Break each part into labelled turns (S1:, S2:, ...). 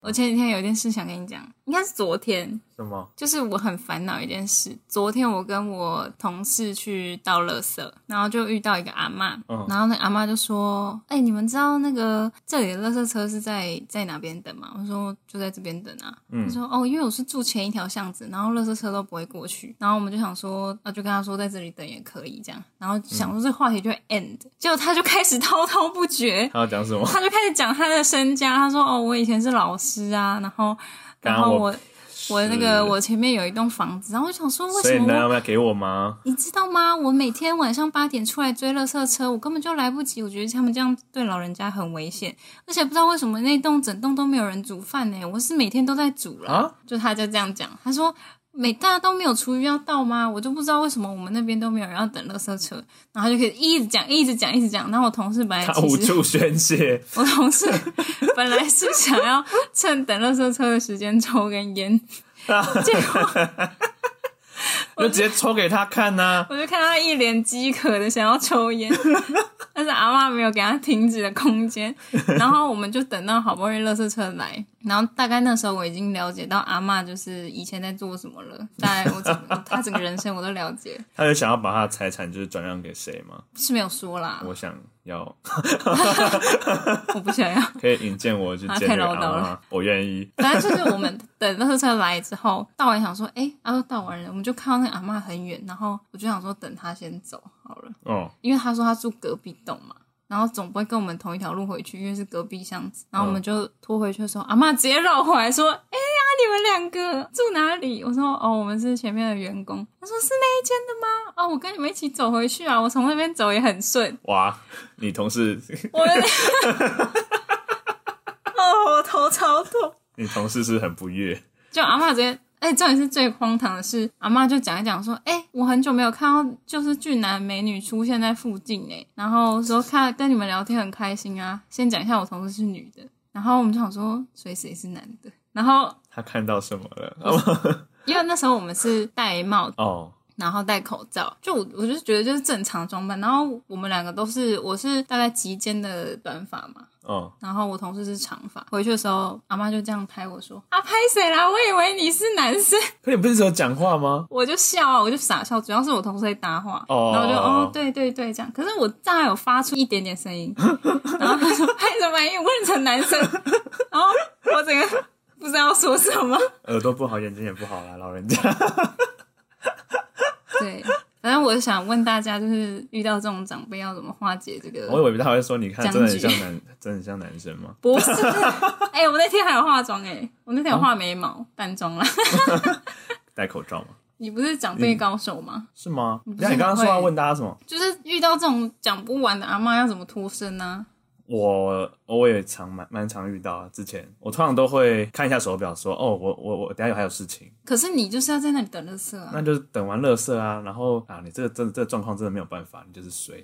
S1: 我前几天有一件事想跟你讲，应该是昨天，
S2: 什么？
S1: 就是我很烦恼一件事。昨天我跟我同事去倒垃圾，然后就遇到一个阿嬷，
S2: 嗯
S1: 然后那阿嬷就说：“哎、你们知道那个这里的垃圾车是在在哪边等吗？”我说：“就在这边等啊。”他说：“哦，因为我是住前一条巷子，然后垃圾车都不会过去。”然后我们就想说，啊，就跟他说在这里等也可以这样，然后想说这话题就会 end，、结果他就开始 滔滔不绝。
S2: 他要讲什么？
S1: 他就开始讲他的身家，他说：“哦，我以前是老师啊，然后，
S2: 刚
S1: 然
S2: 刚
S1: 后
S2: 我
S1: 我我那个
S2: 是
S1: 我前面有一栋房子，然后我想说为
S2: 所以
S1: 什
S2: 你男
S1: 么
S2: 要
S1: 我
S2: 不要给我吗？
S1: 你知道吗？我每天晚上八点出来追垃圾车，我根本就来不及。我觉得他们这样对老人家很危险，而且不知道为什么那栋整栋都没有人煮饭呢、我是每天都在煮啦。
S2: 啊
S1: 就他就这样讲，他说。每大家都没有厨余要倒吗？我就不知道为什么我们那边都没有人要等垃圾车，然后他就可以一直讲，一直讲，一直讲。然后我同事本来
S2: 他
S1: 哎其
S2: 无
S1: 实
S2: 处 宣泄，
S1: 我同事本来是想要趁等垃圾车的时间抽根烟，结果
S2: 就直接抽给他看啊呐、
S1: 我就看他一脸饥渴的想要抽烟，但是阿妈没有给他停止的空间。然后我们就等到好不容易垃圾车来，然后大概那时候我已经了解到阿妈就是以前在做什么了，大概我整个他整个人生我都了解，
S2: 他就想要把他的财产就是转让给谁吗？
S1: 是没有说啦，
S2: 我想要
S1: 我不想要。
S2: 可以引荐 我去
S1: 他
S2: 见
S1: 啊太
S2: 那个
S1: 唠叨
S2: 阿妈
S1: 了，
S2: 我愿意。
S1: 反正就是我们等垃圾车来之后，到完想说，哎、阿都到完了，我们就看到那个阿嬷很远，然后我就想说等她先走好了，
S2: 哦，
S1: 因为她说她住隔壁栋嘛，然后总不会跟我们同一条路回去，因为是隔壁巷子。然后我们就拖回去的时候，阿嬷直接绕回来说，哎、呀、你们两个住哪里？我说，哦，我们是前面的员工。她说是那一间的吗？哦，我跟你们一起走回去啊，我从那边走也很顺。
S2: 哇，你同事，
S1: 我的， 哦，我头超痛。
S2: 你同事是不是很不悦，
S1: 就阿嬷直接，哎、重点是最荒唐的是，阿嬷就讲一讲说，哎、我很久没有看到就是俊男美女出现在附近哎、然后说看跟你们聊天很开心啊，先讲一下我同事是女的，然后我们就想说，所以谁是男的？然后
S2: 他看到什么 了？
S1: 因为那时候我们是戴帽
S2: 哦，
S1: 然后戴口罩，就我我就觉得就是正常装扮，然后我们两个都是我是大概及肩的短发嘛，
S2: 哦，
S1: 然后我同事是长发，回去的时候阿妈就这样拍我说啊拍谁啦，我以为你是男生。
S2: 可你不是只有讲话吗？
S1: 我就笑啊，我就傻笑，主要是我同事在搭话
S2: 哦
S1: 然后我就哦，对对对，这样。可是我大概有发出一点点声 音，然后他说拍什么？因为问成男生，然后我整个不知道说什么。
S2: 耳朵不好，眼睛也不好啦，老人家。
S1: 对，反正我想问大家，就是遇到这种长辈要怎么化解这个？
S2: 我以为他会说，你看，
S1: 僵
S2: 真的很
S1: 局
S2: 像男，真的很像男生吗？
S1: 不 是，哎、我那天还有化妆哎、我那天有画眉毛、
S2: 哦
S1: 淡妆啦。
S2: 戴口罩吗？
S1: 你不是长辈高手吗？
S2: 是吗？
S1: 不是
S2: 那你刚刚说要
S1: 很会
S2: 问大家什么？
S1: 就是遇到这种讲不完的阿妈，要怎么脱身啊呢、
S2: 我呃我也常蛮蛮常遇到啊，之前我通常都会看一下手表，说哦，我我我等一下有还有事情，
S1: 可是你就是要在那里等垃圾啊！
S2: 那就是等完乐色啊，然后啊，你这个真的这个状况真的没有办法，你就是衰。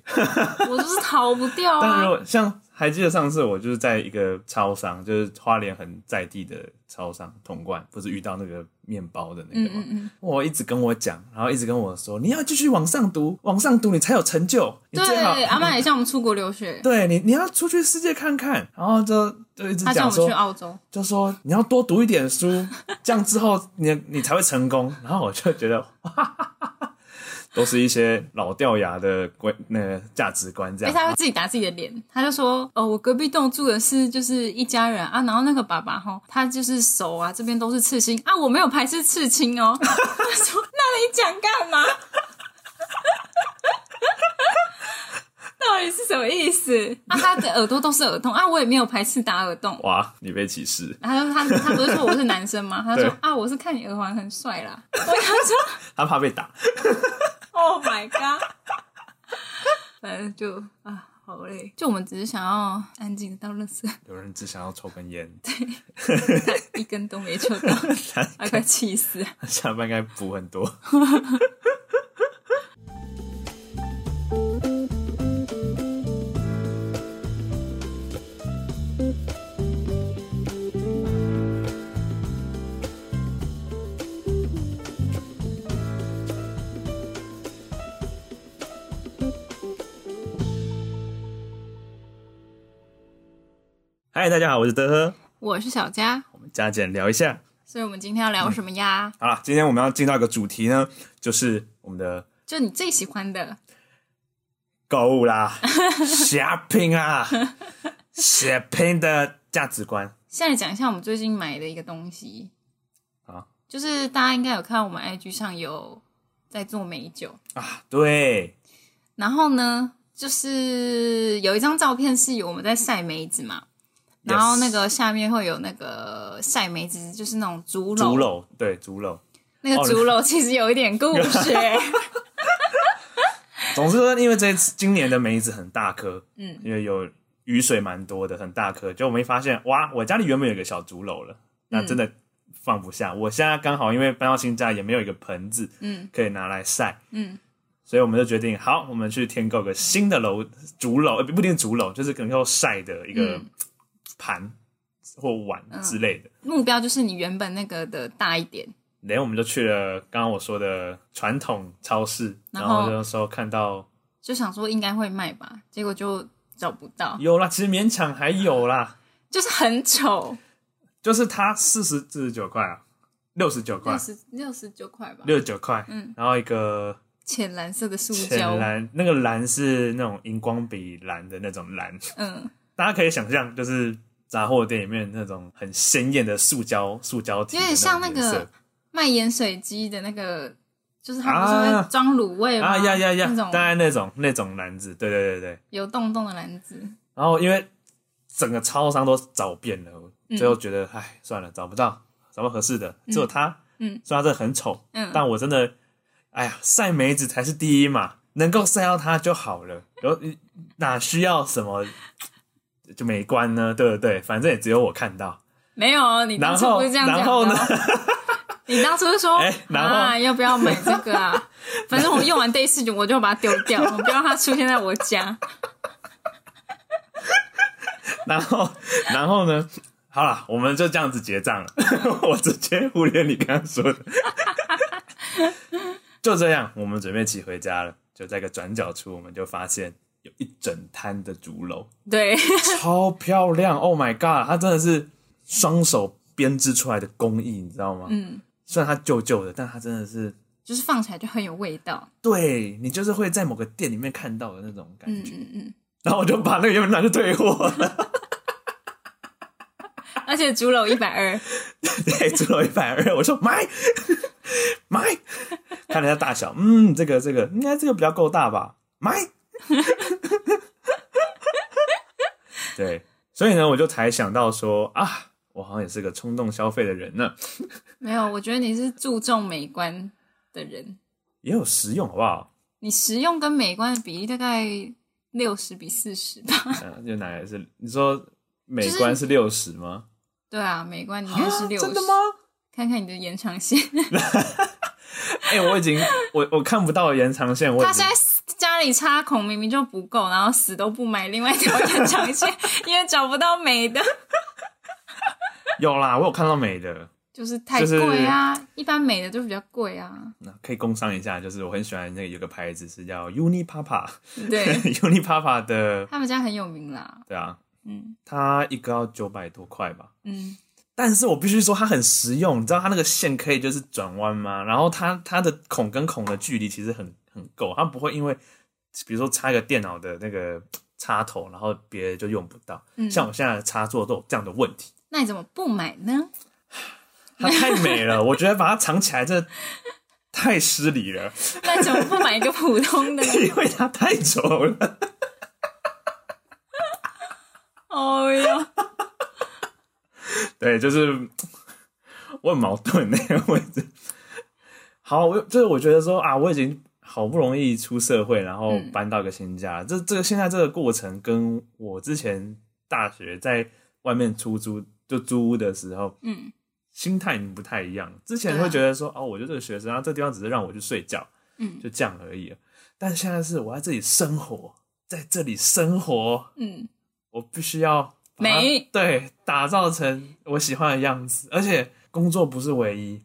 S1: 我就是逃不 掉
S2: 但如
S1: 啊。
S2: 果像还记得上次我就是在一个超商，就是花莲很在地的超商铜冠，不是遇到那个面包的那
S1: 嗯
S2: 个吗？
S1: 嗯嗯，
S2: 我一直跟我讲，然后一直跟我说，你要继续往上读，往上读你才有成就，你最好嗯
S1: 对，阿妈也叫我们出国留学，
S2: 对你你要出去世界看看，然后就就一直
S1: 她叫
S2: 讲
S1: 我们
S2: 说
S1: 去澳洲。
S2: 就说你要多读一点书，这样之后你你才会成功。然后我就觉得， 哇哈哈哈哈都是一些老掉牙的观那个价值观这
S1: 哎，
S2: 样。
S1: 她会自己打自己的脸，她就说：“哦，我隔壁栋住的是就是一家人啊，然后那个爸爸吼，他就是手啊这边都是刺青啊，我没有排斥刺青哦。” 我说：“那你讲干嘛？ 到底是什么意思？啊，他的耳朵都是耳洞啊，我也没有排斥打耳洞。”
S2: 哇，你被歧视！
S1: 然后他他不是说我是男生吗？他说
S2: 对
S1: 啊，我是看你耳环很帅啦。我想说
S2: 他怕被打。
S1: Oh my god！反正就啊，好累。就我们只是想要安静的到垃圾，
S2: 有人只想要抽根烟，
S1: 一根都没抽到，还快气死。
S2: 他下班应该补很多。嗨，大家好，我是德呵。
S1: 我是小佳，
S2: 我们加减聊一下。
S1: 所以我们今天要聊什么呀？
S2: 好了，今天我们要进到一个主题呢，就是我们的
S1: 就你最喜欢的，
S2: 购物啦、shopping 啦、shopping 的价值观。
S1: 现在讲一下我们最近买的一个东西
S2: 啊，
S1: 就是大家应该有看到我们 IG 上有在做美酒，
S2: 啊，对，
S1: 然后呢，就是有一张照片是有我们在晒梅子嘛，然后那个下面会有那个晒梅子，就是那种竹篓，
S2: 猪肉，对，猪肉。
S1: 那
S2: 哦
S1: 个竹篓其实有一点 故事、欸
S2: 总之呢，因为这次今年的梅子很大颗，嗯，因为有雨水蛮多的，很大颗。就我们一发现，哇，我家里原本有个小竹篓了，那
S1: 嗯
S2: 真的放不下。我现在刚好因为搬到新家，也没有一个盆子，
S1: 嗯，
S2: 可以拿来晒，
S1: 嗯，
S2: 所以我们就决定，好，我们去添购个新的楼竹篓，呃不一定竹篓，就是能够晒的一个
S1: 嗯
S2: 盘或碗之类的。
S1: 目标就是你原本那个的大一点，
S2: 然后我们就去了刚刚我说的传统超市，
S1: 然
S2: 然
S1: 后
S2: 后那时候看到
S1: 就想说应该会卖吧，结果就找不到，
S2: 有啦，其实勉强还有啦。
S1: 就是很丑，
S2: 就是它四十四十九块啊，六十九块
S1: 六，十六十九块吧，
S2: 六十九块，
S1: 嗯，
S2: 然后一个
S1: 浅蓝色的塑胶
S2: 浅，蓝，那个蓝是那种荧光笔蓝的那种蓝，
S1: 嗯，
S2: 大家可以想象，就是杂货店里面那种很鲜艳的塑胶塑胶体
S1: 有点
S2: 的种颜色，
S1: 像那个卖盐水鸡的那个，就是它不
S2: 啊
S1: 是会装卤味吗？
S2: 啊呀呀呀
S1: 那，种
S2: 当然那种那种篮子，对对对对，
S1: 有洞洞的篮子，
S2: 然后因为整个超商都找遍了，我
S1: 嗯
S2: 最后觉得唉，算了，找不到找不到合适的，只有它。
S1: 嗯，
S2: 虽然它真的很丑，
S1: 嗯
S2: 但我真的，哎呀，晒梅子才是第一嘛，能够晒到它就好了，然后嗯哪需要什么就美观呢？对不对？反正也只有我看到。
S1: 没有哦，你当初
S2: 然后
S1: 不是这样讲的
S2: 然后
S1: 哦。
S2: 呢
S1: 你当初说、
S2: 哎然后
S1: 啊，要不要买这个 啊？反正我用完这一次就我就把它丢掉，我不要它出现在我家。
S2: 然后，然后呢？好了，我们就这样子结账了。 我直接忽略你刚刚说的， 就这样，我们准备骑回家了。就在一个转角处，我们就发现有一整摊的竹篓，
S1: 对，
S2: 超漂亮！Oh my god，它真的是双手编织出来的工艺，你知道吗？
S1: 嗯，
S2: 虽然它旧旧的，但它真的是
S1: 就是放起来就很有味道。
S2: 对你就是会在某个店里面看到的那种感
S1: 嗯
S2: 觉。
S1: 嗯嗯，
S2: 然后我就把那个原本拿去退货，
S1: 而且竹篓一百二，
S2: 对，出了一百二，我说买买， 看了一下大小，嗯，这个这个应该这个比较够大吧，买。 对，所以呢，我就才想到说啊，我好像也是个冲动消费的人呢，
S1: 没有，我觉得你是注重美观的人，
S2: 也有实用好不好？
S1: 你实用跟美观的比例大概六十比四十吧。
S2: 嗯、就哪个是你说美观是六十吗？
S1: 对啊，美观你应该是
S2: 啊
S1: 六十、
S2: 真的吗？
S1: 看看你的延长线，
S2: 哎、我已经我我看不到延长线，我已
S1: 他
S2: 经
S1: 现在家里插孔明明就不够，然后死都不买另外一条延长 线，因为找不到美的，
S2: 有啦，我有看到美的。
S1: 就是太贵啊。一般美的就比较贵啊，
S2: 那可以工商一下，就是我很喜欢那个有个牌子是叫 Uni Papa，
S1: 对，
S2: Uni Papa 的，
S1: 他们家很有名啦。
S2: 对啊，
S1: 嗯
S2: 它一个要九百多块吧。
S1: 嗯，
S2: 但是我必须说它很实用，你知道它那个线可以就是转弯吗？然后它它的孔跟孔的距离其实很很够，它不会因为比如说插一个电脑的那个插头，然后别的就用不到。
S1: 嗯
S2: 像我现在的插座都有这样的问题，
S1: 那你怎么不买呢？
S2: 它太美了，我觉得把它藏起来这太失礼了，
S1: 那你怎么不买一个普通的呢？
S2: 因为它太丑了。
S1: 哦哟，
S2: 对，就是 我很矛盾呢、我一直好，我就是我觉得说啊，我已经好不容易出社会，然后
S1: 嗯
S2: 搬到一个新家，这这个现在这个过程，跟我之前大学在外面出租就租屋的时候，
S1: 嗯，
S2: 心态已经不太一样。之前
S1: 对啊
S2: 会觉得说、哦，我就这个学生，然后这地方只是让我去睡觉，
S1: 嗯
S2: 就这样而已。但现在是我在这里生活，在这里生活，
S1: 嗯，
S2: 我必须要把它
S1: 美
S2: 对打造成我喜欢的样子，而且工作不是唯一，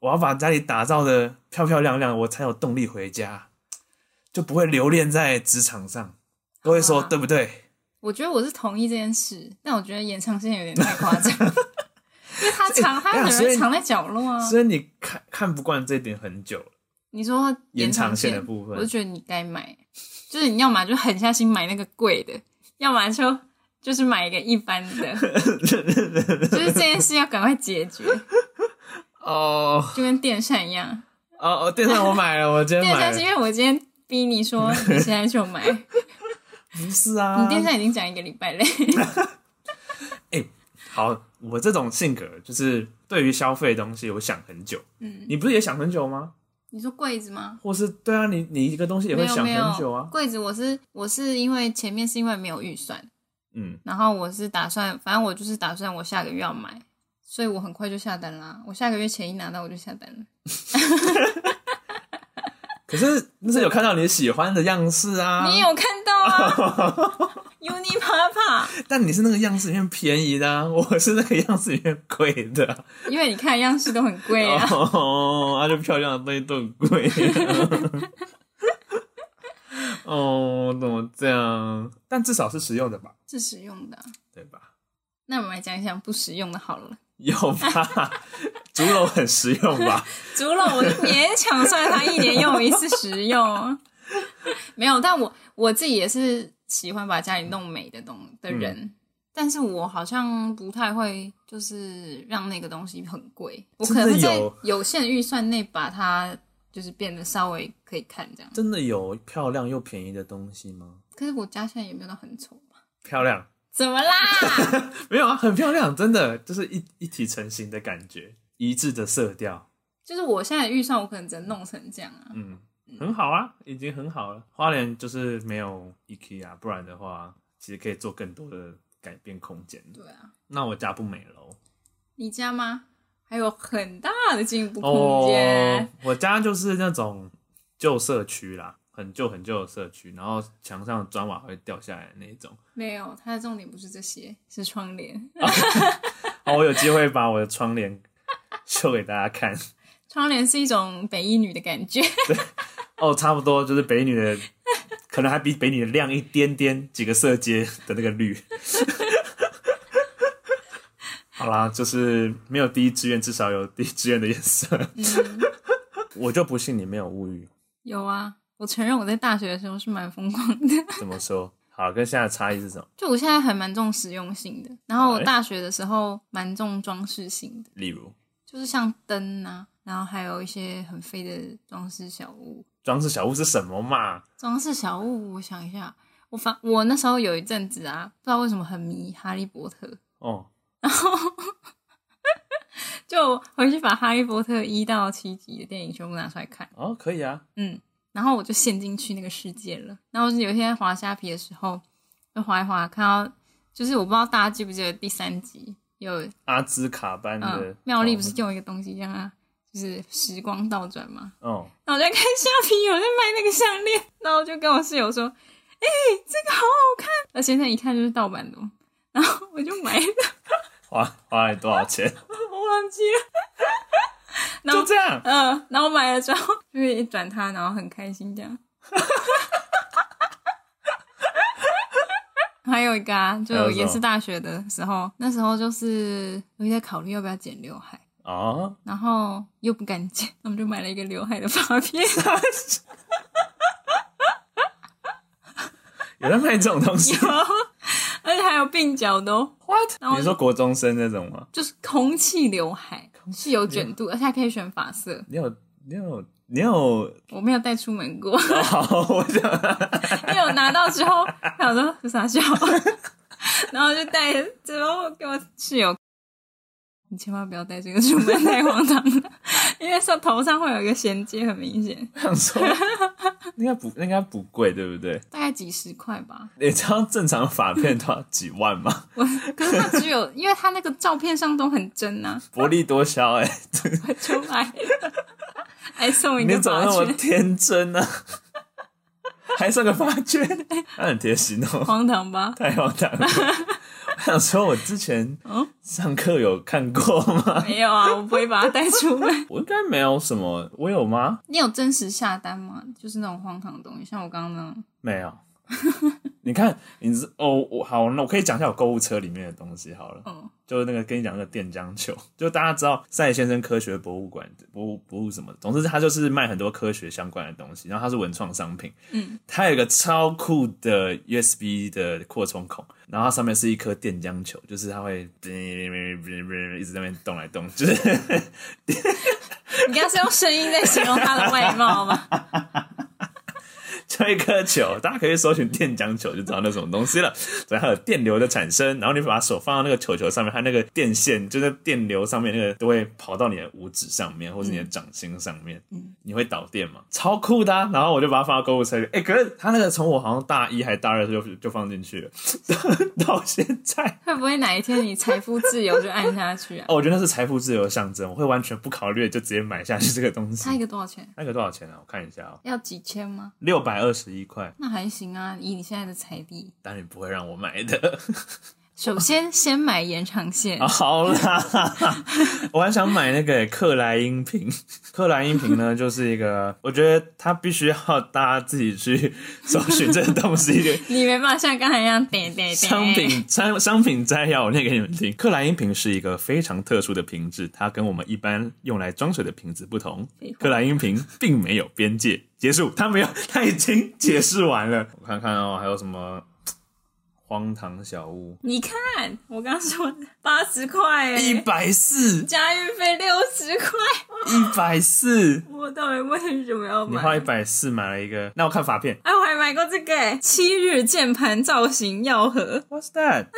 S2: 我要把家里打造的漂漂亮亮，我才有动力回家，就不会留恋在职场上。各位说、
S1: 啊
S2: 对不对？
S1: 我觉得我是同意这件事，但我觉得延长线有点太夸张。因为他藏，
S2: 哎
S1: 他
S2: 呀
S1: 很
S2: 所
S1: 容
S2: 以
S1: 易藏在角落啊。
S2: 所以你看看不惯这一点很久了，
S1: 你说
S2: 延长线
S1: 线
S2: 的部分
S1: 我就觉得你该买， 就是你要么就狠下心买那个贵的，要么就就是买一个一般 的，就是这件事要赶快解决，
S2: 哦
S1: 就跟电扇一样。
S2: 哦哦，电扇我买了，我今天
S1: 电
S2: 买
S1: 扇是因
S2: 了，
S1: 为我今天逼你说你现在就 买，你
S2: 不是啊，
S1: 电扇已经讲一个礼拜 嘞。
S2: 好，我这种性格就是对于消费的东西，我想很久。嗯，你不是也想很久吗？
S1: 你说柜子吗？
S2: 或是对啊，你你一个东西也
S1: 没
S2: 会
S1: 有
S2: 想
S1: 没
S2: 很久
S1: 有，
S2: 啊。
S1: 柜子我是我是因为前面是因为没有预算，
S2: 嗯，
S1: 然后我是打算，反正我就是打算我下个月要买，所以我很快就下单啦。我下个月钱一拿到我就下单了。
S2: 可是那是有看到你喜欢的样式啊。
S1: 你有看到啊 ？Uni Papa，
S2: 但你是那个样式里面便宜的、啊， 我是那个样式里面贵的啊、
S1: 因为你看样式都很贵啊。
S2: 哦， 啊，就漂亮的东西都很贵、啊 哦，怎么这样？但至少是实用的吧，
S1: 是实用的啊、
S2: 对吧？
S1: 那我们来讲一讲不实用的好了。
S2: 有吧？ 竹篓很实用吧？
S1: 竹篓，我就勉强算它一年用一次使 用。没有，但我我自己也是喜欢把家里弄美的东的人，
S2: 嗯
S1: 但是我好像不太会，就是让那个东西很贵。我可能会
S2: 真的
S1: 在
S2: 有
S1: 有限预算内把它就是变得稍微可以看这样。
S2: 真的有漂亮又便宜的东西吗？
S1: 可是我家现在也没有到很丑吧？
S2: 漂亮，
S1: 怎么啦？
S2: 没有啊，很漂亮，真的就是一一体成型的感觉，一致的色调，
S1: 就是我现在的预算，我可能只能弄成这样啊。
S2: 嗯，很好啊，已经很好了。花莲就是没有 IKEA，不然的话，其实可以做更多的改变空间。
S1: 对啊，
S2: 那我家不哦美楼
S1: 你家吗？还有很大的进步空间。
S2: 哦，我家就是那种旧社区啦，很旧很旧的社区，然后墙上的砖瓦会掉下来的那一种。
S1: 没有，它的重点不是这些，是窗帘。
S2: 哦，我有机会把我的窗帘秀给大家看。
S1: 窗帘是一种北一女的感觉，
S2: 哦，差不多就是北女的，可能还比北女的亮一点点，几个色阶的那个绿。好啦，就是没有第一志愿，至少有第一志愿的颜色。
S1: 嗯
S2: 我就不信你没有物欲。
S1: 有啊。我承认我在大学的时候是蛮疯狂的，
S2: 怎么说？好，跟现在的差异是什么？
S1: 就我现在还蛮重实用性的，然后我
S2: 哎
S1: 大学的时候蛮重装饰性的，
S2: 例如
S1: 就是像灯啊，然后还有一些很废的装饰小物。
S2: 装饰小物是什么嘛？
S1: 装饰小物，我想一下，我反我那时候有一阵子啊，不知道为什么很迷《哈利波特》，
S2: 哦，
S1: 就回去把《哈利波特》一到七集的电影全部拿出来看。
S2: 哦，可以啊。
S1: 嗯，然后我就陷进去那个世界了。然后有一天滑虾皮的时候，就滑一滑，看到就是我不知道大家记不记得第三集有
S2: 阿兹卡班的
S1: 嗯妙丽不是用一个东西让它就是时光倒转吗？
S2: 哦，
S1: 然后我就看虾皮有在卖那个项链，然后我就跟我室友说：“哎、这个好好看！”而且那一看就是盗版的哦，然后我就买了，
S2: 花花了多少钱？
S1: 我忘记了。 然后
S2: 就这样，
S1: 嗯，然后买了之后就会转它，然后很开心这样。 还有一个啊，
S2: 还有
S1: 就
S2: 什么
S1: 也是大学的时候，那时候就是我也在考虑要不要剪刘海，
S2: 哦，
S1: 然后又不敢剪，那我们就买了一个刘海的发片，
S2: 有人卖这种东西
S1: 而且还有鬓角的哦，
S2: ？What？
S1: 然后
S2: 你说国中生那种吗？
S1: 就是空气刘海是有卷度，而且还可以选发色。
S2: 你有你有你有，
S1: 我没有带出门过，
S2: 好，我想
S1: 因为我拿到之后想说这傻笑， 然后就带，之后给我室友，你千万不要带这个出门，太荒唐了，因为上头上会有一个衔接，很明显，
S2: 我想说，应该不应该不贵，对不对？
S1: 大概几十块吧。
S2: 你知道正常发片多少几万 吗？
S1: 我可是它只有， 因为它那个照片上都很真啊 呐、
S2: 薄利多销哎、
S1: 我就买 了，还送一
S2: 你
S1: 个
S2: 怎么
S1: 发
S2: 那么
S1: 圈，
S2: 天真呢、啊？ 还送个发圈，那很贴心哦，
S1: 荒唐吧？
S2: 太荒唐 了。我想说，我之前
S1: 嗯
S2: 上课有看过吗？
S1: 没有啊，我不会把它带出 门。
S2: 我应该没有什么，我有吗？
S1: 你有真实下单吗？就是那种荒唐的东西，像我刚刚那样，
S2: 没有。 你看，你是哦，我好，那我可以讲一下我购物车里面的东西好了，
S1: 嗯，
S2: 就是那个跟你讲那个电浆球，就大家知道赛先生科学博物馆、博物博物什么的，总之他就是卖很多科学相关的东西，然后它是文创商品，
S1: 嗯，
S2: 它有一个超酷的 USB 的扩充孔，然后它上面是一颗电浆球，就是它会 一直在那边动来动，就是
S1: 你刚刚是用声音在形容他的外貌吗？
S2: 就一颗球，大家可以搜寻电浆球就知道那什么东西了。所以它有电流的产生，然后你把手放到那个球球上面，它那个电线就在电流上面，那个都会跑到你的五指上面或是你的掌心上面，嗯，你会导电嘛？超酷的、啊！然后我就把它放到购物车里，哎、可是它那个从我好像大一还大二的时候就就放进去了， 到现在。
S1: 会不会哪一天你财富自由就按下去啊？
S2: 哦，我觉得那是财富自由的象征，我会完全不考虑就直接买下去这个东
S1: 他一
S2: 西。
S1: 个多少钱？
S2: 那个多少钱啊？我看一下哦，
S1: 要几千吗？
S2: 六百二十一块，
S1: 那还行啊，以你现在的财力，
S2: 当然不会让我买的。
S1: 首先先买延长线。
S2: 啊好啦， 我还想买那个克莱音频。 克莱音频呢，就是一个，我觉得它必须要大家自己去搜寻这个东西的
S1: 你没办法像刚才一样点点点
S2: 商品商商品摘要，我念给你们听。克莱音瓶是一个非常特殊的瓶子，它跟我们一般用来装水的瓶子不同
S1: 废话。
S2: 克莱音瓶并没有边界。结束，他没有， 他已经解释完了。我看看哦，还有什么荒唐小物？
S1: 你看，我刚说八十块耶，
S2: 一百四，
S1: 加运费六十块，
S2: 一百四。
S1: 我到底为什么要
S2: 你花
S1: 买
S2: 一？百四买了一个，那我看法片。
S1: 哎，我还买过这个耶七日键盘造型药盒，
S2: What's that？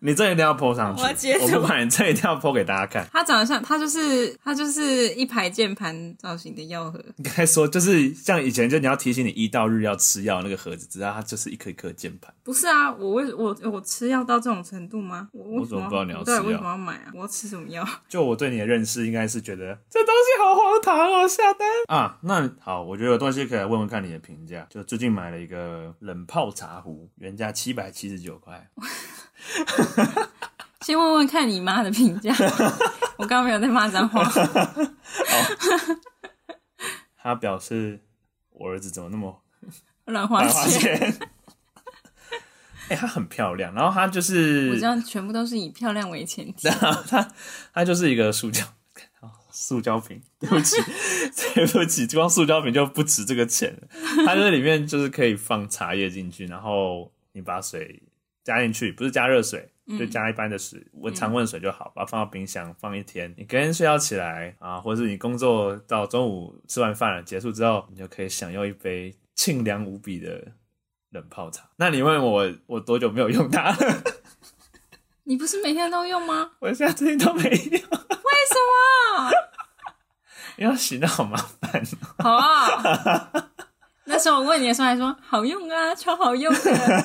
S2: 你这一定要 po 上去，
S1: 我要截图
S2: 不管你这一定要 po 给大家看。
S1: 它长得像，它就是它就是一排键盘造型的药盒，
S2: 应该说就是像以前，就你要提醒你一到日要吃药那个盒子，知道它就是一颗一颗键盘。
S1: 不是啊？我为我我吃药到这种程度吗？我
S2: 我
S1: 为
S2: 怎
S1: 什么要
S2: 么不知道你要吃
S1: 对，
S2: 药
S1: 为什么要买啊？我要吃什么药？
S2: 就我对你的认识，应该是觉得这东西好荒唐哦，下单啊。那好，我觉得有东西可以来问问看你的评价。就最近买了一个冷泡茶壶，原价七百七十九块，
S1: 先问问看你妈的评 价。我刚刚没有在骂脏话，
S2: 他表示我儿子怎么那么
S1: 乱花
S2: 百花
S1: 钱。
S2: 钱。 哎、她很漂亮，然后她就
S1: 我这
S2: 是
S1: 样全部都是以漂亮为前提。
S2: 她就是一个塑胶，哦塑胶瓶。对不起， 对不起，光塑胶瓶就不值这个钱了。它这里面就是可以放茶叶进去，然后你把水加进去，不是加热水。就加一般的水，温常温水就好，把它放到冰箱放一天。你隔天睡觉起来啊，或者是你工作到中午吃完饭了结束之后，你就可以享用一杯清凉无比的冷泡茶。那你问我，我多久没有用它了？
S1: 你不是每天都用吗？
S2: 我现在最近都没用，
S1: 为什么？
S2: 因为洗到好麻烦。
S1: 好 啊。那时候我问你的时候还说好用啊，超好用 的。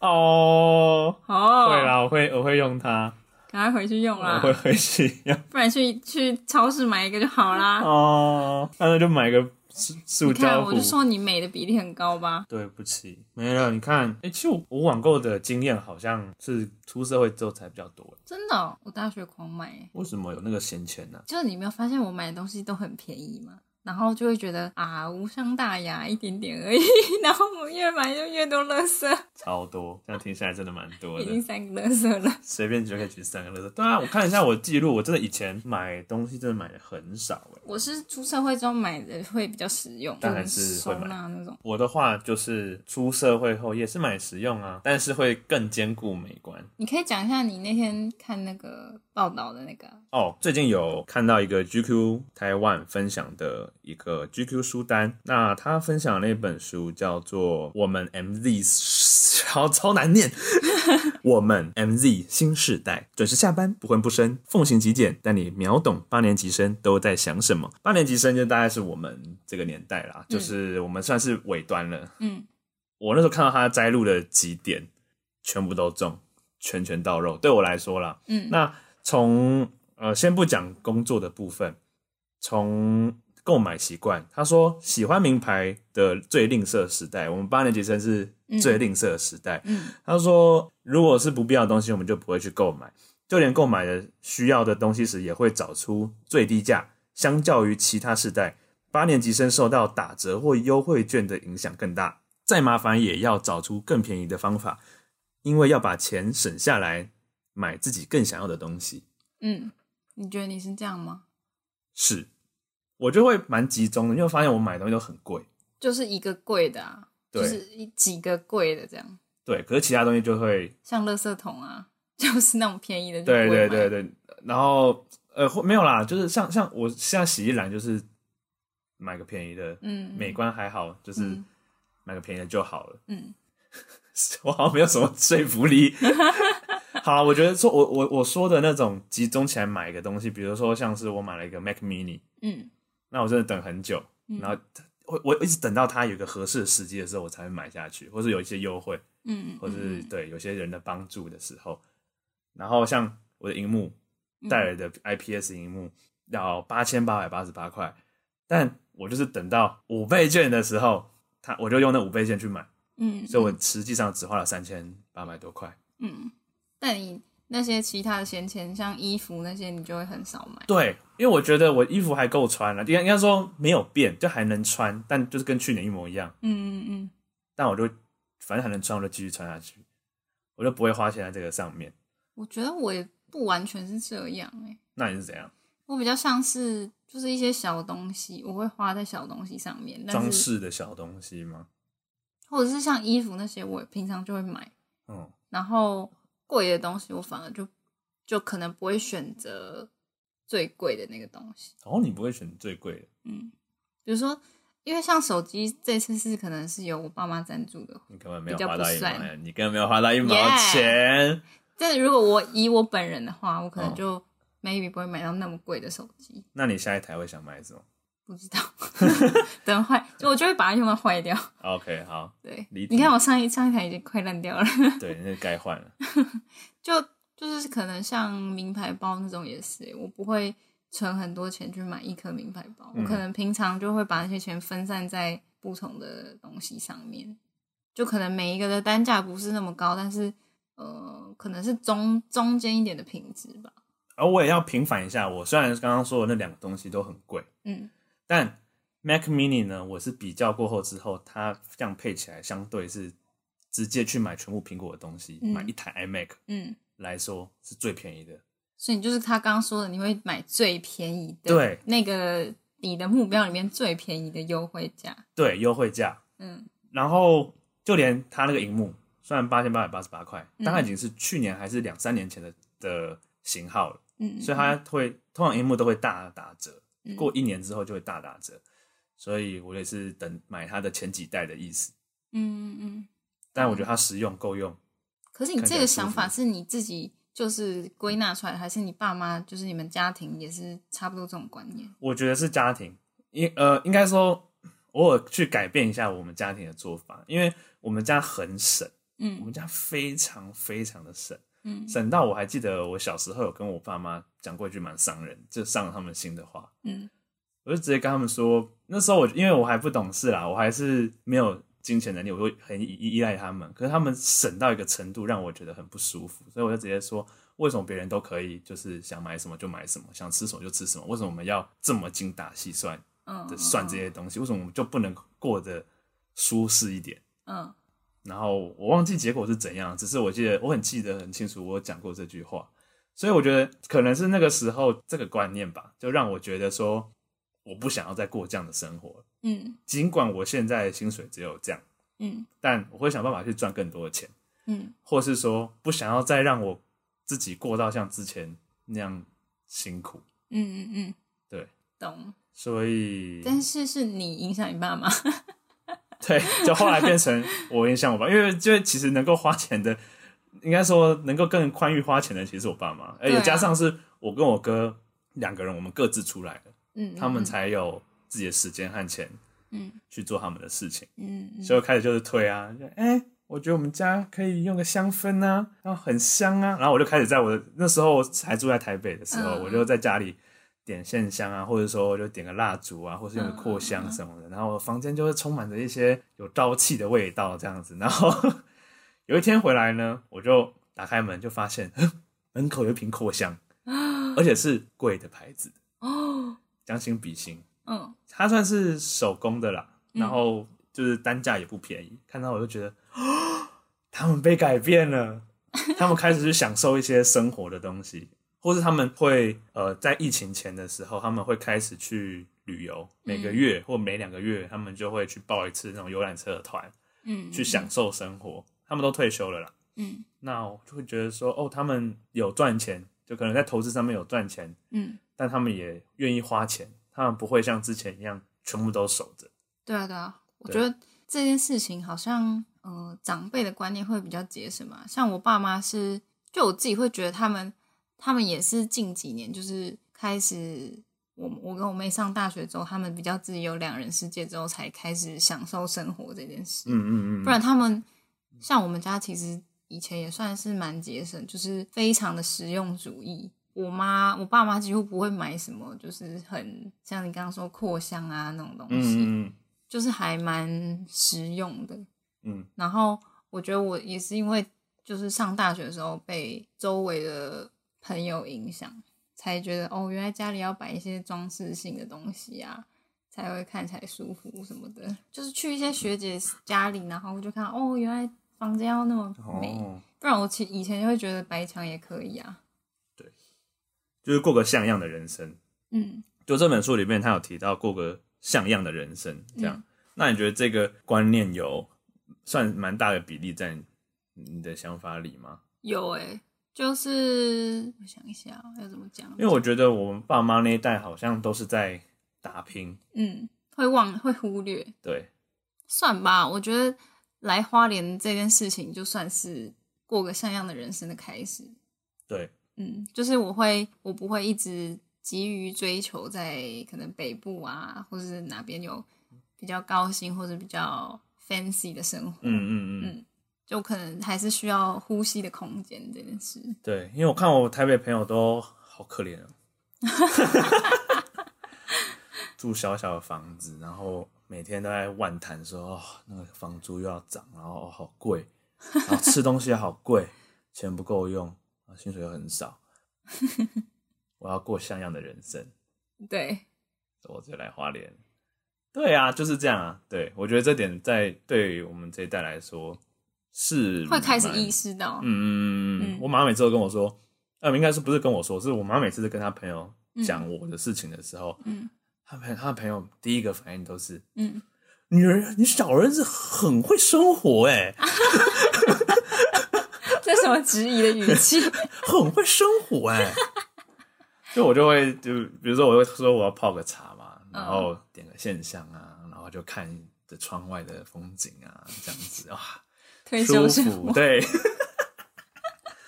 S2: 哦，
S1: 哦，
S2: 会，啦，我会我会用它，
S1: 赶快回去用
S2: 我
S1: 啦
S2: 会，回去用。
S1: 不然去去超市买一个就好啦。
S2: 哦，那就买个塑塑
S1: 你看，
S2: 胶壶
S1: 我就。说你美的比例很高吧。
S2: 对不起，没了。你看，哎、其实我我网购的经验好像是出社会之后才比较多。
S1: 真的哦、我大学狂买耶，
S2: 为什么有那个闲钱呢、
S1: 就是你没有发现我买的东西都很便宜吗？然后就会觉得啊，无伤大雅，一点点而已。 然后我越买就越多垃圾，
S2: 超多，这样听下来真的蛮多
S1: 已
S2: 的
S1: 经。三个垃圾了。
S2: 随便就可以举三个乐色。对啊，我看一下我记录，我真的以前买东西真的买的很少哎。
S1: 我是出社会之后买的会比较实用，
S2: 当然是
S1: 就
S2: 会
S1: 能
S2: 买
S1: 收纳那种。
S2: 我的话就是出社会后也是买实用啊，但是会更兼顾美观。
S1: 你可以讲一下你那天看那个报道的那个啊
S2: 哦，最近有看到一个 GQ 台湾分享的一个 GQ 书单，那他分享的那本书叫做《我们 MZ》，好超难念， 我们 MZ 新世代准时下班，不混不生，奉行极简，但你秒懂八年级生都在想什么。八年级生就大概是我们这个年代啦，就是我们算是尾端了。
S1: 嗯，
S2: 我那时候看到他摘录的几点，全部都中，拳拳到肉。对我来说啦，
S1: 嗯
S2: 那从呃，先不讲工作的部分，从购买习惯，他说喜欢名牌的最吝啬时代，我们八年级生是最吝啬的时代。
S1: 嗯，
S2: 他说如果是不必要的东西，我们就不会去购买，就连购买的需要的东西时，也会找出最低价。相较于其他世代，八年级生受到打折或优惠券的影响更大。再麻烦也要找出更便宜的方法，因为要把钱省下来买自己更想要的东西。
S1: 嗯，你觉得你是这样吗？
S2: 是，我就会蛮集中的，因为发现我买的东西都很贵。
S1: 就是一个贵的啊，
S2: 对
S1: 就是一几个贵的这样，
S2: 对，可是其他东西就会，
S1: 像垃圾桶啊， 就是那种便宜的就不
S2: 对
S1: 会买，
S2: 对对对，然后呃或没有啦，就是像像我现在洗衣篮就是买个便宜的，
S1: 嗯，
S2: 美观还好，就是
S1: 嗯
S2: 买个便宜的就好了。
S1: 嗯，
S2: 我好像没有什么说服力。 好啊了，我觉得说我我我说的那种集中起来买一个东西，比如说像是我买了一个 Mac Mini，
S1: 嗯
S2: 那我真的等很久，然后我我一直等到它有一个合适的时机的时候，我才会买下去，或是有一些优惠，
S1: 嗯，
S2: 或是
S1: 嗯
S2: 对有些人的帮助的时候。然后像我的荧幕
S1: 嗯
S2: 带来的 IPS 荧幕要八千八百八十八块，但我就是等到五倍券的时候，它我就用那五倍券去买，
S1: 嗯，
S2: 所以我实际上只花了三千八百多块。
S1: 嗯，但你那些其他的闲钱，像衣服那些，你就会很少买。
S2: 对，因为我觉得我衣服还够穿啊了、应该应该说没有变，就还能穿，但就是跟去年一模一样。
S1: 嗯嗯嗯，
S2: 但我就反正还能穿，我就继续穿下去，我就不会花钱在这个上面。
S1: 我觉得我也不完全是这样哎、
S2: 那你是怎样？
S1: 我比较像是就是一些小东西，我会花在小东西上面，
S2: 装
S1: 但是
S2: 饰的小东西吗？
S1: 或者是像衣服那些，我平常就会买，
S2: 嗯，
S1: 然后贵的东西我反而就就可能不会选择最贵的那个东西。
S2: 然哦后你不会选最贵的，
S1: 嗯，比如说，因为像手机这次是可能是由我爸妈赞助的，
S2: 你根本没有
S1: 比较
S2: 花
S1: 不
S2: 到一毛
S1: 算
S2: 钱，你根本没有花到一毛
S1: Yeah
S2: 钱。
S1: 但是如果我以我本人的话，我可能
S2: 哦
S1: 就 maybe 不会买到那么贵的手机，
S2: 那你下一台会想买什么
S1: 不知 道， 等坏，就我就会把它用到坏掉。
S2: ？OK，好，
S1: 对，
S2: 理解
S1: 你看我上一上一台已经快烂掉了，
S2: 对，那该换了。
S1: 就就是可能像名牌包那种也是，我不会存很多钱去买一颗名牌包，
S2: 嗯
S1: 我可能平常就会把那些钱分散在不同的东西上面，就可能每一个的单价不是那么高，但是呃，可能是中中间一点的品质吧。
S2: 而哦我也要平反一下，我虽然刚刚说的那两个东西都很贵，
S1: 嗯
S2: 但 Mac Mini 呢，我是比较过后之后，它这样配起来相对是直接去买全部苹果的东西，
S1: 嗯
S2: 买一台 iMac
S1: 嗯。
S2: 来说是最便宜的。
S1: 所以你就是他刚刚说的，你会买最便宜的，
S2: 对，
S1: 那个你的目标里面最便宜的优惠价。
S2: 对，优惠价。
S1: 嗯
S2: 然后就连它那个荧幕，虽然八千八百八十八块，但
S1: 嗯
S2: 它已经是去年还是两三年前的的型号了，
S1: 嗯，
S2: 所以它会通常荧幕都会大打折，
S1: 嗯
S2: 过一年之后就会大打折。所以我也是等买它的前几代的意思，
S1: 嗯嗯嗯。
S2: 但我觉得它实用够用。
S1: 可是你这个想法
S2: 看
S1: 是你自己就是归纳出来的，还是你爸妈就是你们家庭也是差不多这种观念？
S2: 我觉得是家庭，应呃应该说偶尔去改变一下我们家庭的做法，因为我们家很省，我
S1: 嗯
S2: 们家非常非常的省，
S1: 嗯
S2: 省到我还记得我小时候有跟我爸妈讲过一句蛮伤人，就伤了他们心的话，
S1: 嗯
S2: 我就直接跟他们说，那时候我因为我还不懂事啦，我还是没有金钱能力，我会很依依赖他们，可是他们省到一个程度让我觉得很不舒服，所以我就直接说。为什么别人都可以，就是想买什么就买什么，想吃什么就吃什么？为什么我们要这么精打细算？
S1: 嗯
S2: 的算这些东西，为什么我们就不能过得舒适一点？
S1: 嗯
S2: 然后我忘记结果是怎样，只是我记得我很记得很清楚，我有讲过这句话，所以我觉得可能是那个时候这个观念吧，就让我觉得说我不想要再过这样的生活了。
S1: 嗯
S2: 尽管我现在的薪水只有这样，
S1: 嗯
S2: 但我会想办法去赚更多的钱，
S1: 嗯
S2: 或是说不想要再让我自己过到像之前那样辛苦。
S1: 嗯嗯嗯，
S2: 对，
S1: 懂。
S2: 所以
S1: 但是是你影响你爸妈，
S2: 对，就后来变成我影响我爸，因为因为其实能够花钱的，应该说能够更宽裕花钱的，其实是我爸妈，而
S1: 对
S2: 且
S1: 啊
S2: 加上是我跟我哥两个人，我们各自出来了，
S1: 嗯，
S2: 他们才有自己的时间和钱，
S1: 嗯，
S2: 去做他们的事情，
S1: 嗯嗯
S2: 所以我开始就是推啊，就哎、我觉得我们家可以用个香氛啊，然后很香啊，然后我就开始在我的那时候还住在台北的时候，
S1: 嗯
S2: 我就在家里点线香啊，或者说我就点个蜡烛啊，或是用个扩香什
S1: 嗯
S2: 么的，然后我房间就会充满着一些有朝气的味道这样子。然后有一天回来呢，我就打开门就发现呵 门口有一瓶扩香，而且是贵的牌子，
S1: 哦
S2: 将心比心，
S1: 嗯，
S2: 它算是手工的啦，然后就是单价也不便宜。看到我就觉得， 他们被改变了，他们开始去享受一些生活的东西，或是他们会呃在疫情前的时候，他们会开始去旅游，每个月或每两个月，他们就会去报一次那种游览车的团，
S1: 嗯，
S2: 去享受生活。他们都退休了啦，
S1: 嗯，
S2: 那我就会觉得说，哦，他们有赚钱，就可能在投资上面有赚钱，
S1: 嗯，
S2: 但他们也愿意花钱，他们不会像之前一样全部都守着。
S1: 对啊，对啊，我
S2: 对
S1: 觉得这件事情好像呃，长辈的观念会比较节省嘛。像我爸妈是，就我自己会觉得他们，他们也是近几年就是开始，我我跟我妹上大学之后，他们比较自己有两人世界之后，才开始享受生活这件事。
S2: 嗯嗯
S1: 不然他们像我们家其实以前也算是蛮节省，就是非常的实用主义。我妈、我爸妈几乎不会买什么，就是很像你刚刚说扩香啊那种东西，
S2: 嗯嗯
S1: 就是还蛮实用的。
S2: 嗯
S1: 然后我觉得我也是因为就是上大学的时候被周围的朋友影响，才觉得哦，原来家里要摆一些装饰性的东西啊，才会看起来舒服什么的。就是去一些学姐家里，然后就看到哦，原来房间要那么
S2: 嗯，
S1: 美。
S2: 哦，
S1: 不然我其以前就会觉得白墙也可以啊。
S2: 就是过个像样的人生。
S1: 嗯，
S2: 就这本书里面，他有提到过个像样的人生，这
S1: 嗯
S2: 样。那你觉得这个观念有算蛮大的比例在你你的想法里吗？
S1: 有诶、就是我想一下哦要怎么讲，
S2: 因为我觉得我们爸妈那一代好像都是在打拼，
S1: 嗯会忘会忽略，
S2: 对，
S1: 算吧，我觉得来花莲这件事情就算是过个像样的人生的开始。
S2: 对，
S1: 嗯，就是我会，我不会一直急于追求在可能北部啊，或是哪边有比较高薪或者比较 fancy 的生活，
S2: 嗯嗯嗯，
S1: 嗯就可能还是需要呼吸的空间这件事。
S2: 对，因为我看我台北朋友都好可怜哦， 住小小的房子，然后每天都在万谈说哦，那个房租又要涨，然后、哦、好贵，然后吃东西也好贵，钱不够用，然后薪水又很 少，我要过像样的人生，
S1: 对，
S2: 所以我就来花莲。对啊，就是这样啊。对，我觉得这点在对于我们这一代来说是
S1: 会开始
S2: 嗯蛮
S1: 意识到，
S2: 嗯
S1: 嗯
S2: 我妈每次都跟我说，呃，应该是不是跟我说，是我妈每次跟她朋友讲我的事情的时候，
S1: 嗯
S2: 她朋她的朋友第一个反应都是
S1: 嗯，
S2: 女儿，你小儿子很会生活哎、
S1: 这是什么质疑的 语气？
S2: 很会生 活哎、就我就会就比如说我会说我要泡个茶嘛，
S1: 嗯
S2: 然后点个线香啊，然后就看着窗外的风景啊，这样子哇。
S1: 退休
S2: 舒
S1: 生
S2: 服，
S1: 活，
S2: 对，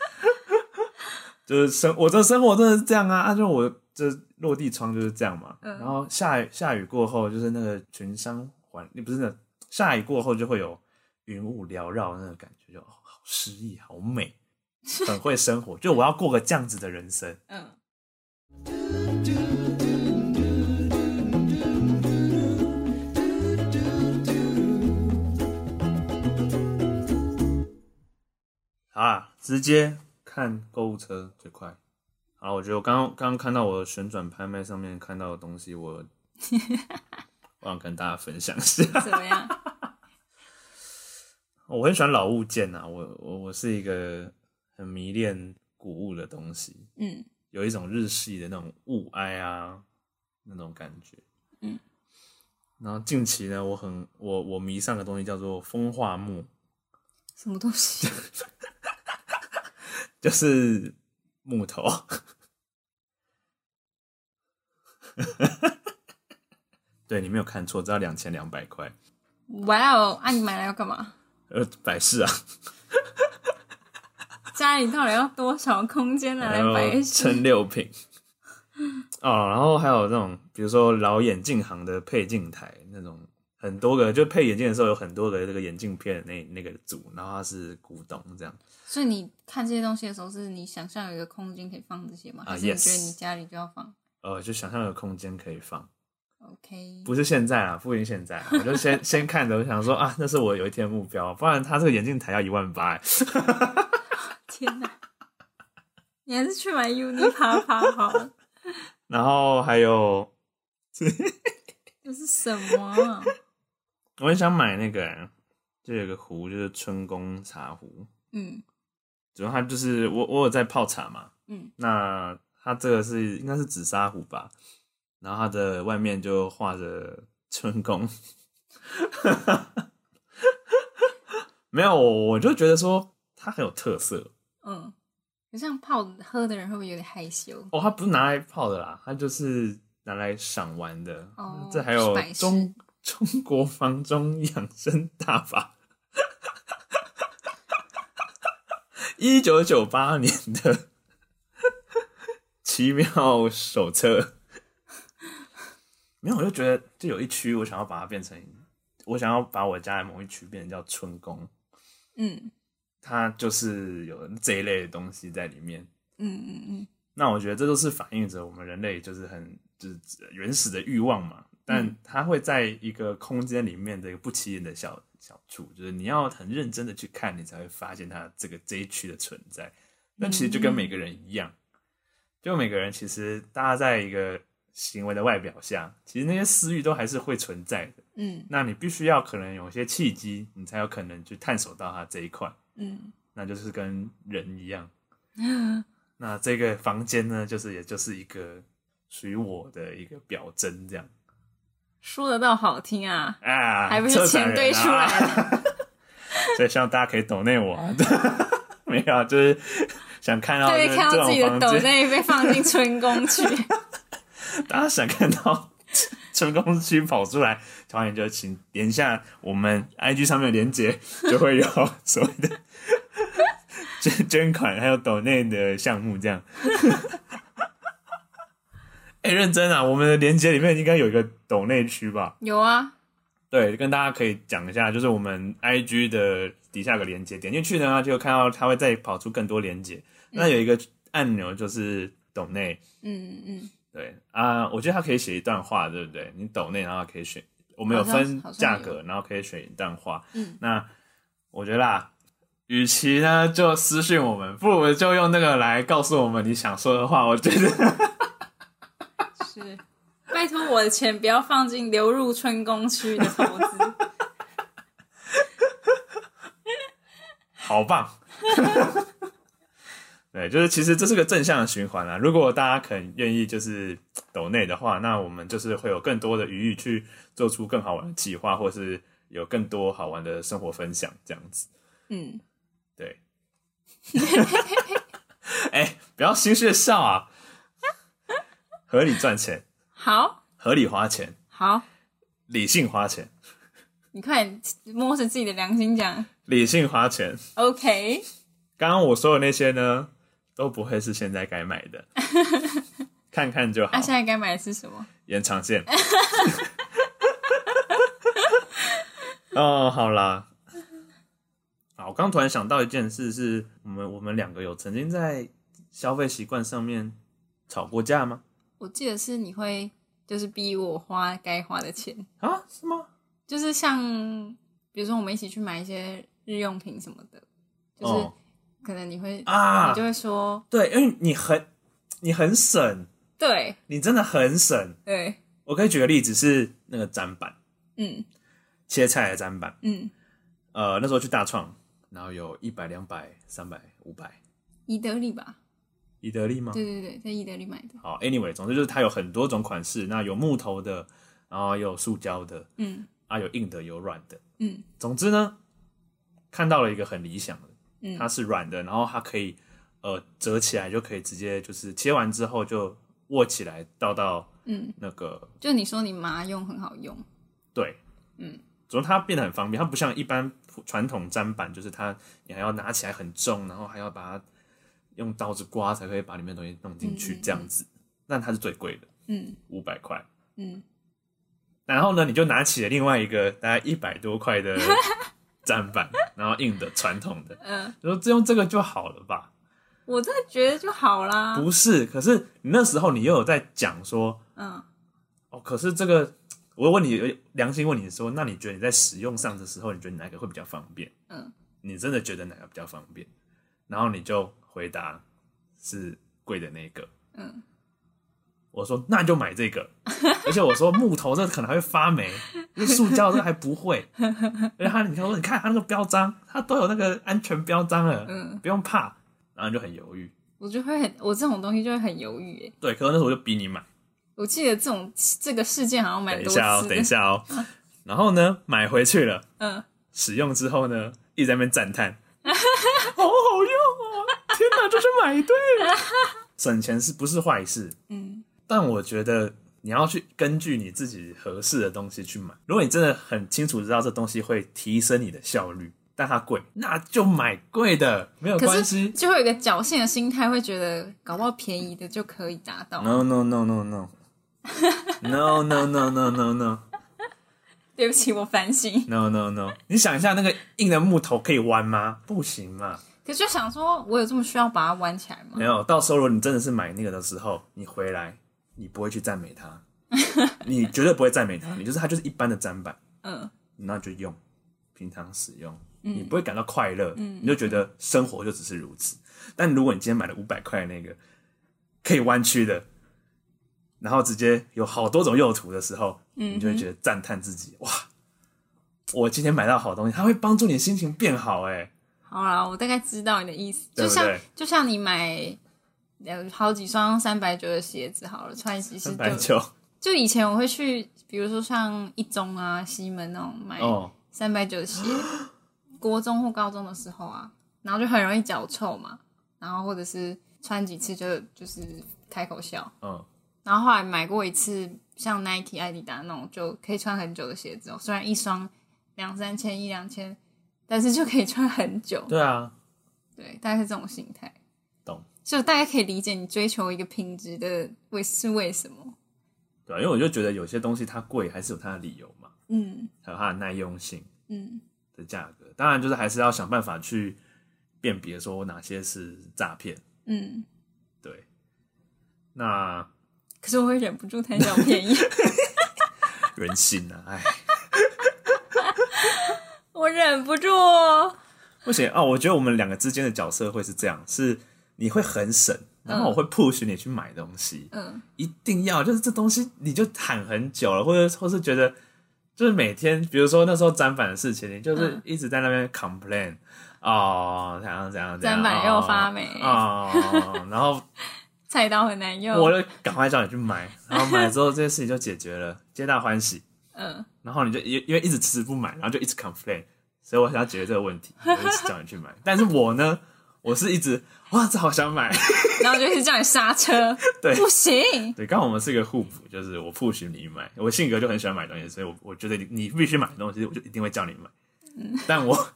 S2: 就是生，我这生活真的是这样啊，啊，就我这落地窗就是这样嘛。
S1: 嗯
S2: 然后下雨下雨过后，就是那个群山环，不是那下雨过后就会有云雾缭绕那个感觉就，哦好诗意，好美，很会生活。就我要过个这样子的人生，
S1: 嗯，
S2: 好啦，直接看购物车最快。好，我觉得我刚刚刚刚看到我的旋转拍卖上面看到的东西，我我想跟大家分享一下。
S1: 怎么样？
S2: 我很喜欢老物件啊，我我我是一个很迷恋古物的东西，
S1: 嗯
S2: 有一种日系的那种物哀啊那种感觉。
S1: 嗯，
S2: 然后近期呢，我很我我迷上的东西叫做风化木，
S1: 什么东西？
S2: 就是木头。对你没有看错，只要两千两百块，
S1: 哇哦，啊，你买来要干嘛？
S2: 呃，摆饰啊，
S1: 家里到底要多少空间拿来
S2: 然后
S1: 摆
S2: 称
S1: 饰？
S2: 六品。哦，然后还有那种，比如说老眼镜行的配镜台那种，很多个，就配眼镜的时候有很多个这个眼镜片的那那个组，然后它是古董这样。
S1: 所以你看这些东西的时候，是你想象有一个空间可以放这些吗？
S2: 啊
S1: 还是你
S2: yes
S1: 觉得你家里就要放
S2: 呃，就想象有空间可以放，
S1: ？OK，
S2: 不是现在啊，不一定现在啊、我就先先看着，我想说啊，那是我有一天的目标，不然它这个眼镜台要一万八、欸，
S1: 天哪！ 你还是 去买 Uni 啪啪好了。
S2: 然后还有
S1: 这是什么啊？
S2: 我很想买那个，欸就有个壶，就是春宫茶壶，
S1: 嗯
S2: 主要它就是我我有在泡茶嘛，
S1: 嗯，
S2: 那它这个是应该是紫砂壶吧，然后它的外面就画着春宫， 没有，我我就觉得说它很有特色
S1: 嗯，可这样泡喝的人会不会有点害羞？
S2: 哦，它不是拿来泡的啦，它就是拿来赏玩的。
S1: 哦
S2: 这还有
S1: 是摆饰
S2: 中中国房中养生大法。一九九八年的奇妙手册，没有，我就觉得就有一区，我想要把它变成，我想要把我家的某一区变成叫春宫，
S1: 嗯
S2: 它就是有这一类的东西在里面。
S1: 嗯嗯嗯，
S2: 那我觉得这都是反映着我们人类就是很就是原始的欲望嘛，但它会在一个空间里面的一个不起眼的小小处，就是你要很认真的去看，你才会发现它这个这一区的存在。那其实就跟每个人一样，就每个人其实大家在一个行为的外表下，其实那些私欲都还是会存在的。
S1: 嗯
S2: 那你必须要可能有一些契机，你才有可能去探索到它这一块。
S1: 嗯，
S2: 那就是跟人一样。那这个房间呢，就是也就是一个属于我的一个表征，这样
S1: 说的倒好听啊，
S2: 啊，
S1: 还不是
S2: 策展
S1: 钱
S2: 人
S1: 堆出
S2: 啊
S1: 来的。
S2: 所以希望大家可以懂内我、啊， 没有啊，就是想看到
S1: 特
S2: 就
S1: 别
S2: 是
S1: 看
S2: 这
S1: 到自己的
S2: 种
S1: 斗
S2: 房间，
S1: 内被放进春宫去，
S2: 大家想看到成功区跑出来，导演就请连下我们 IG 上面的连接，就会有所谓的 捐捐款还有抖内的项目这样。 哎、认真啊！我们的连接里面应该有一个抖内区吧？
S1: 有啊，
S2: 对，跟大家可以讲一下，就是我们 IG 的底下有个连接，点进去呢，就看到它会再跑出更多连接。那有一个按钮就是抖内，
S1: 嗯嗯，
S2: 对啊、我觉得他可以写一段话，对不对？你抖内，然后可以选，我们有
S1: 好像
S2: 分
S1: 好像
S2: 价
S1: 有
S2: 格，然后可以选一段话。
S1: 嗯，
S2: 那我觉得啦，与其呢就私信我们，不如就用那个来告诉我们你想说的话。我觉得
S1: 是。拜托，我的钱不要放进流入春宫区的投资。
S2: 好棒。对，就是其实这是个正向的循环啦。如果大家肯愿意就是抖内的话，那我们就是会有更多的余裕去做出更好玩的计划，或是有更多好玩的生活分享这样子。
S1: 嗯，
S2: 对，哎、不要心虚的笑啊！合理赚钱，
S1: 好
S2: 合理花钱，
S1: 好，
S2: 理性花钱，
S1: 你快点摸着自己的良心讲。
S2: 理性花钱。
S1: OK，
S2: 刚刚我说的那些呢，都不会是现在该买的，看看就好
S1: 那、。啊现在该买的是什么？
S2: 延长线。 哦，好啦。啊，我刚突然想到一件事是，我们我们两个有曾经在消费习惯上面吵过架吗？
S1: 我记得是你会就是逼我花该花的钱，
S2: 啊，是吗？
S1: 就是像比如说我们一起去买一些日用品什么的，就是
S2: 哦
S1: 可能你会、
S2: 啊
S1: 你就，会说
S2: 对，因为你很你很省，
S1: 对
S2: 你真的很省。
S1: 对，
S2: 我可以举个例子是那个砧板，
S1: 嗯
S2: 切菜的砧板。
S1: 嗯，
S2: 呃，那时候去大创，然后有一百、两百、三百、五百，
S1: 宜得利吧？
S2: 宜得利吗？
S1: 对对对，在宜得利买的。
S2: 好，anyway，总之就是它有很多种款式，那有木头的，然后有塑胶的，
S1: 嗯
S2: 啊，有硬的，有软的。
S1: 嗯
S2: 总之呢，看到了一个很理想的，
S1: 嗯
S2: 它是软的，然后它可以呃折起来就可以直接就是切完之后就握起来倒到
S1: 嗯，
S2: 那个
S1: 就你说你妈用很好用，
S2: 对，
S1: 嗯，
S2: 总之它变得很方便，它不像一般普传统砧板，就是它你还要拿起来很重，然后还要把它用刀子刮才可以把里面的东西弄进去
S1: 嗯嗯
S2: 这样子，那它是最贵的，
S1: 嗯
S2: 五百块。
S1: 嗯，
S2: 然后呢，你就拿起了另外一个大概一百多块的砧板，然后硬的传统的，
S1: 嗯，
S2: 就说这用这个就好了吧？
S1: 我真的觉得就好啦。
S2: 不是，可是你那时候你又有在讲说，
S1: 嗯，
S2: 哦，可是这个，我问你良心问你说，那你觉得你在使用上的时候，你觉得哪个会比较方便？
S1: 嗯，
S2: 你真的觉得哪个比较方便？然后你就回答是贵的那个，
S1: 嗯，
S2: 我说那就买 这个，而且我说木头这可能还会发霉，那塑胶这还不会。而且他你看说你看他那个标章，他都有那个安全标章了，
S1: 嗯
S2: 不用怕。然后你就很犹豫，
S1: 我就会很，我这种东西就会很犹豫。哎，
S2: 对。可是那时候我就逼你买，
S1: 我记得这种这个事件好像蛮
S2: 等一
S1: 多
S2: 下哦
S1: 次，的。
S2: 等一下 哦。然后呢，买回去了，
S1: 嗯，
S2: 使用之后呢，一直在那边 赞叹，好好用哦！天哪，这是买 对了。省钱是不是坏事？
S1: 嗯，
S2: 但我觉得你要去根据你自己合适的东西去买。如果你真的很清楚知道这东西会提升你的效率，但它贵，那就买贵的，没有
S1: 可
S2: 关
S1: 是
S2: 系。
S1: 就会有一个侥幸的心态，会觉得搞不好便宜的就可以达到，
S2: No no no no no no no no no no no
S1: 对不起，我反省。
S2: no no no！你想一下，那个硬的木头可以弯吗？不行嘛。
S1: 可就想说，我有这么需要把它弯起来吗
S2: 没？有，到时候如果你真的是买那个的时候，你回来，你不会去赞美它，你绝对不会赞美它，你就是它就是一般的砧板，
S1: 嗯，
S2: 那就用，平常使用，你不会感到快乐，你就觉得生活就只是如此。但如果你今天买了五百块的那个可以弯曲的，然后直接有好多种用途的时候，你就会觉得赞叹自己，哇，我今天买到好东西，它会帮助你心情变好、欸，哎，
S1: 好啦，我大概知道你的意思，
S2: 对
S1: 就
S2: 不
S1: 像
S2: 对
S1: 就像你买呃好几双三百九的鞋子好了，穿几次
S2: 三百
S1: 就
S2: 九，
S1: 就以前我会去，比如说像一中啊、西门那种买
S2: 哦，
S1: 三百九鞋，国中或高中的时候啊，然后就很容易脚臭嘛，然后或者是穿几次就就是开口笑，
S2: 嗯，
S1: 然后后来买过一次像 Nike、艾迪达那种就可以穿很久的鞋子哦，虽然一双两三千、一两千，但是就可以穿很久，
S2: 对啊，
S1: 对，大概是这种心态。
S2: 懂。
S1: 就大家可以理解你追求一个品质的为是为什么？
S2: 对啊、因为我就觉得有些东西它贵还是有它的理由嘛，
S1: 嗯
S2: 还有它的耐用性
S1: 嗯，
S2: 的价格。当然，就是还是要想办法去辨别说哪些是诈骗。
S1: 嗯，
S2: 对，那
S1: 可是我会忍不住贪小便宜，
S2: 人性啊，哎，
S1: 我忍不住哦。
S2: 不行啊！我觉得我们两个之间的角色会是这样：是你会很省，然后我会 push 你去买东西，
S1: 嗯，
S2: 一定要就是这东西你就喊很久了，或者或是觉得就是每天，比如说那时候砧板的事情，你就是
S1: 嗯
S2: 一直在那边 complain 哦，怎样怎样怎样，
S1: 砧板又发霉
S2: 哦，哦 然后
S1: 菜刀很难用。
S2: 我就赶快叫你去买，然后买了之后这些事情就解决了，皆大欢喜。
S1: 嗯，
S2: 然后你就因因为一直迟迟不买，然后就一直 complain，所以我想要解决这个问题，我就一直叫你去买。但是我呢，我是一直哇，这好想买。
S1: 然后就是叫你刹车，
S2: 对
S1: 不行，
S2: 对，刚好我们是一个互补，就是我 push 你买，我性格就很喜欢买东西，所以我我觉得你你必须买的东西，我就一定会叫你买。但我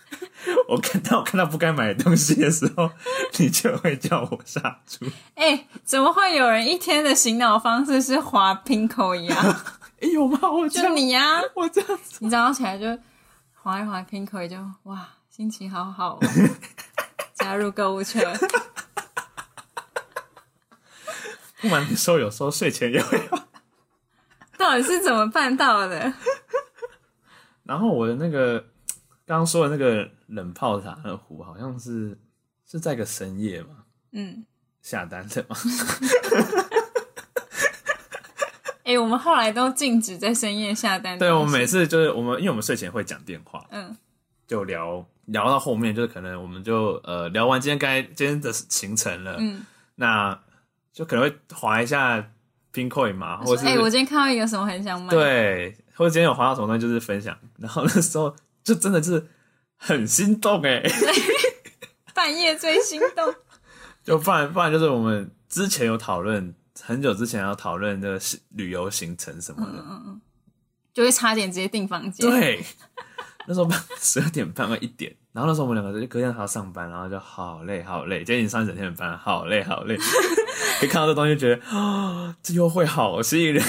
S2: 我看到我看到不该买的东西的时候，你就会叫我下注。
S1: 哎、怎么会有人一天的醒脑方式是滑 pinko 一 样？
S2: 哎、有吗？我这
S1: 就
S2: 样，
S1: 你呀、啊，
S2: 我这样子，
S1: 你早上起来就滑一滑 pinko，就哇，心情好好、哦，加入购物车。
S2: 不瞒你说，有时候睡前也会
S1: 到底是怎么办到的？
S2: 然后我的那个刚刚说的那个冷泡茶那个壶，好像是是在一个深夜嘛
S1: 嗯，
S2: 下单的嘛，
S1: 哎、我们后来都禁止在深夜下单。
S2: 对，我们每次就是我们，因为我们睡前会讲电话，
S1: 嗯
S2: 就聊聊到后面，就是可能我们就呃聊完今天该今天的行程了，
S1: 嗯，
S2: 那就可能会划一下 Pincoin 嘛，或
S1: 说
S2: 者是
S1: 哎、我今天看到一个什么很想买，，
S2: 对，或者今天有划到什么东西就是分享，然后那时候就真的是很心动哎、
S1: 半夜最心动。
S2: 就不然不然就是我们之前有讨论，很久之前要讨论这个行旅游行程什么的，
S1: 就会差点直接订房间。，
S2: 对。那时候半十二点半快一点，然后那时候我们两个就隔天还要上班，然后就好累好累，今天已经上一整天的班，好累好累。 可以看到这东西，觉得 啊、这优惠好吸引人。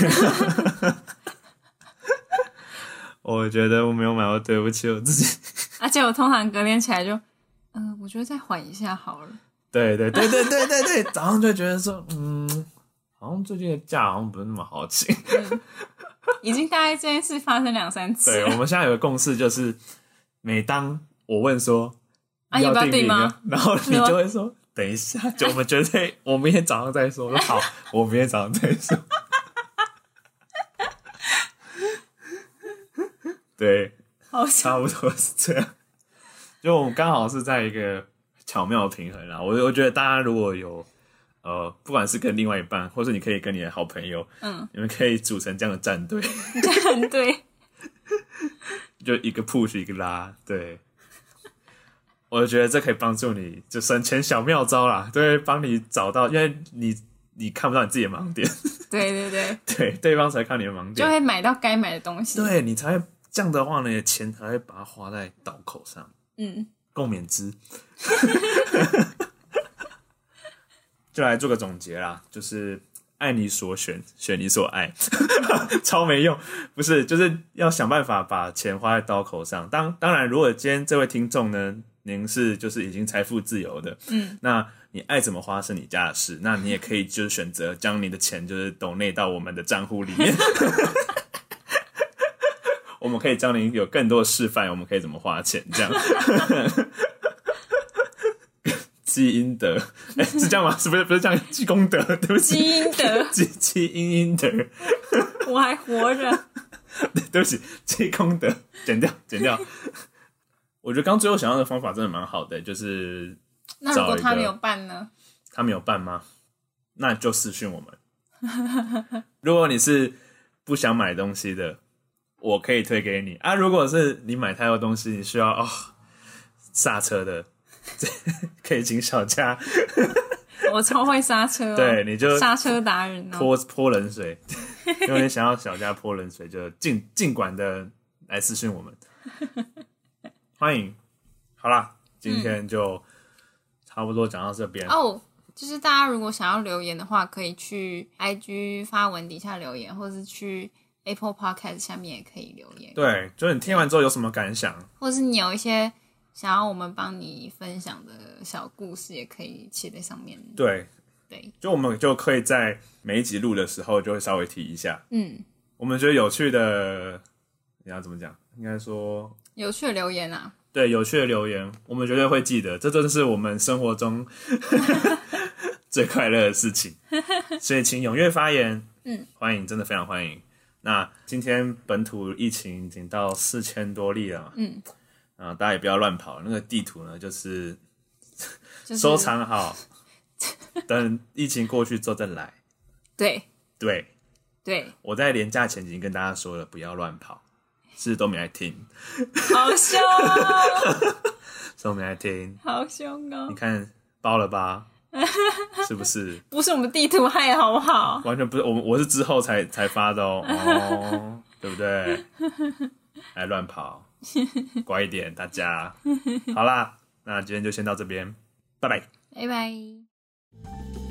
S2: 我觉得我没有买到，对不起我自己。
S1: 而且我啊通常隔天起来就，嗯、我觉得再缓一下好了。
S2: 对对对对对对对，早上就觉得说，嗯，好像最近的假好像不是那么好请。
S1: 已经大概这件事发生两三次
S2: 对，
S1: 了
S2: 我们现在有个共识，就是每当我问说
S1: 啊要不要
S2: 订
S1: 订
S2: 饮料
S1: 吗？
S2: 然后你就会说等一下，就我们绝对，我明天早上再说。我说好，我明天早上再说。对，
S1: 好笑
S2: 差不多是这样。就我们刚好是在一个巧妙的平衡啦。我我觉得大家如果有呃，不管是跟另外一半，或是你可以跟你的好朋友，
S1: 嗯，
S2: 你们可以组成这样的战队，
S1: 很对，
S2: 就一个 push 一个拉。对，我觉得这可以帮助你，就省钱小妙招啦，对，帮你找到，因为你你看不到你自己的盲点，
S1: 对对对，
S2: 对，对方才看你的盲
S1: 就
S2: 点，
S1: 会买到该买的东西。，
S2: 对你才会这样的话呢，钱才会把它花在刀口上。
S1: 嗯，
S2: 共勉之。 就来做个总结啦，就是爱你所选，选你所爱， 超没用。不是，就是要想办法把钱花在刀口上。当当然，如果今天这位听众呢，您是就是已经财富自由的，
S1: 嗯，
S2: 那你爱怎么花是你家的事，那你也可以就是选择将你的钱就是抖内到我们的账户里面。 我们可以教您有更多的示范，我们可以怎么花钱，这样。 积阴德，哎、是这样吗？是不是不是这样？积功德，对不
S1: 基
S2: 起，
S1: 因的，
S2: 积积阴阴德，
S1: 我还活着。
S2: 对不起，积功德， 剪掉，剪掉。我觉得刚最后想到的方法真的蛮好的、就是
S1: 那如果
S2: 找一
S1: 他
S2: 个
S1: 没有办呢？
S2: 他没有办吗？那就私讯我们。如果你是不想买东西的，我可以推给你啊。如果是你买太多东西，你需要哦刹车的， 这可以请小佳
S1: 我超会刹车、哦，
S2: 对你就
S1: 刹车达人哦。
S2: 泼泼冷水。如果你想要小佳泼冷水，就尽尽管的来私讯我们，欢迎。好啦，今天就差不多讲到这边。
S1: 嗯哦，就是大家如果想要留言的话，可以去 IG 发文底下留言，或是去 Apple Podcast 下面也可以留言，
S2: 对，就是你听完之后有什么感想？
S1: 或是你有一些想要我们帮你分享的小故事，也可以写在上面。
S2: 对，
S1: 对，
S2: 就我们就可以在每一集录的时候就会稍微提一下，
S1: 嗯，
S2: 我们觉得有趣的，你要怎么讲？应该说
S1: 有趣的留言啊，
S2: 对有趣的留言，我们绝对会记得，这真是我们生活中 最快乐的事情。 所以请踊跃发言，
S1: 嗯，
S2: 欢迎，真的非常欢迎。那今天本土疫情已经到四千多例了嘛，
S1: 嗯，
S2: 啊，大家也不要乱跑，那个地图呢就是
S1: 就是
S2: 收。藏好，等疫情过去之后再来，
S1: 对
S2: 对。
S1: 对，
S2: 我在廉假前已经跟大家说了，不要乱跑，是不是都没来听，
S1: 好凶哦，
S2: 是都没来听。
S1: 好凶哦
S2: 你，看包 了吧？是不是？
S1: 不是我们地图害好不好？
S2: 完全不是，我我是之后才才发的哦，哦，对不对？还乱跑，乖一点，大家。好啦，那今天就先到这边，拜拜。
S1: 拜拜。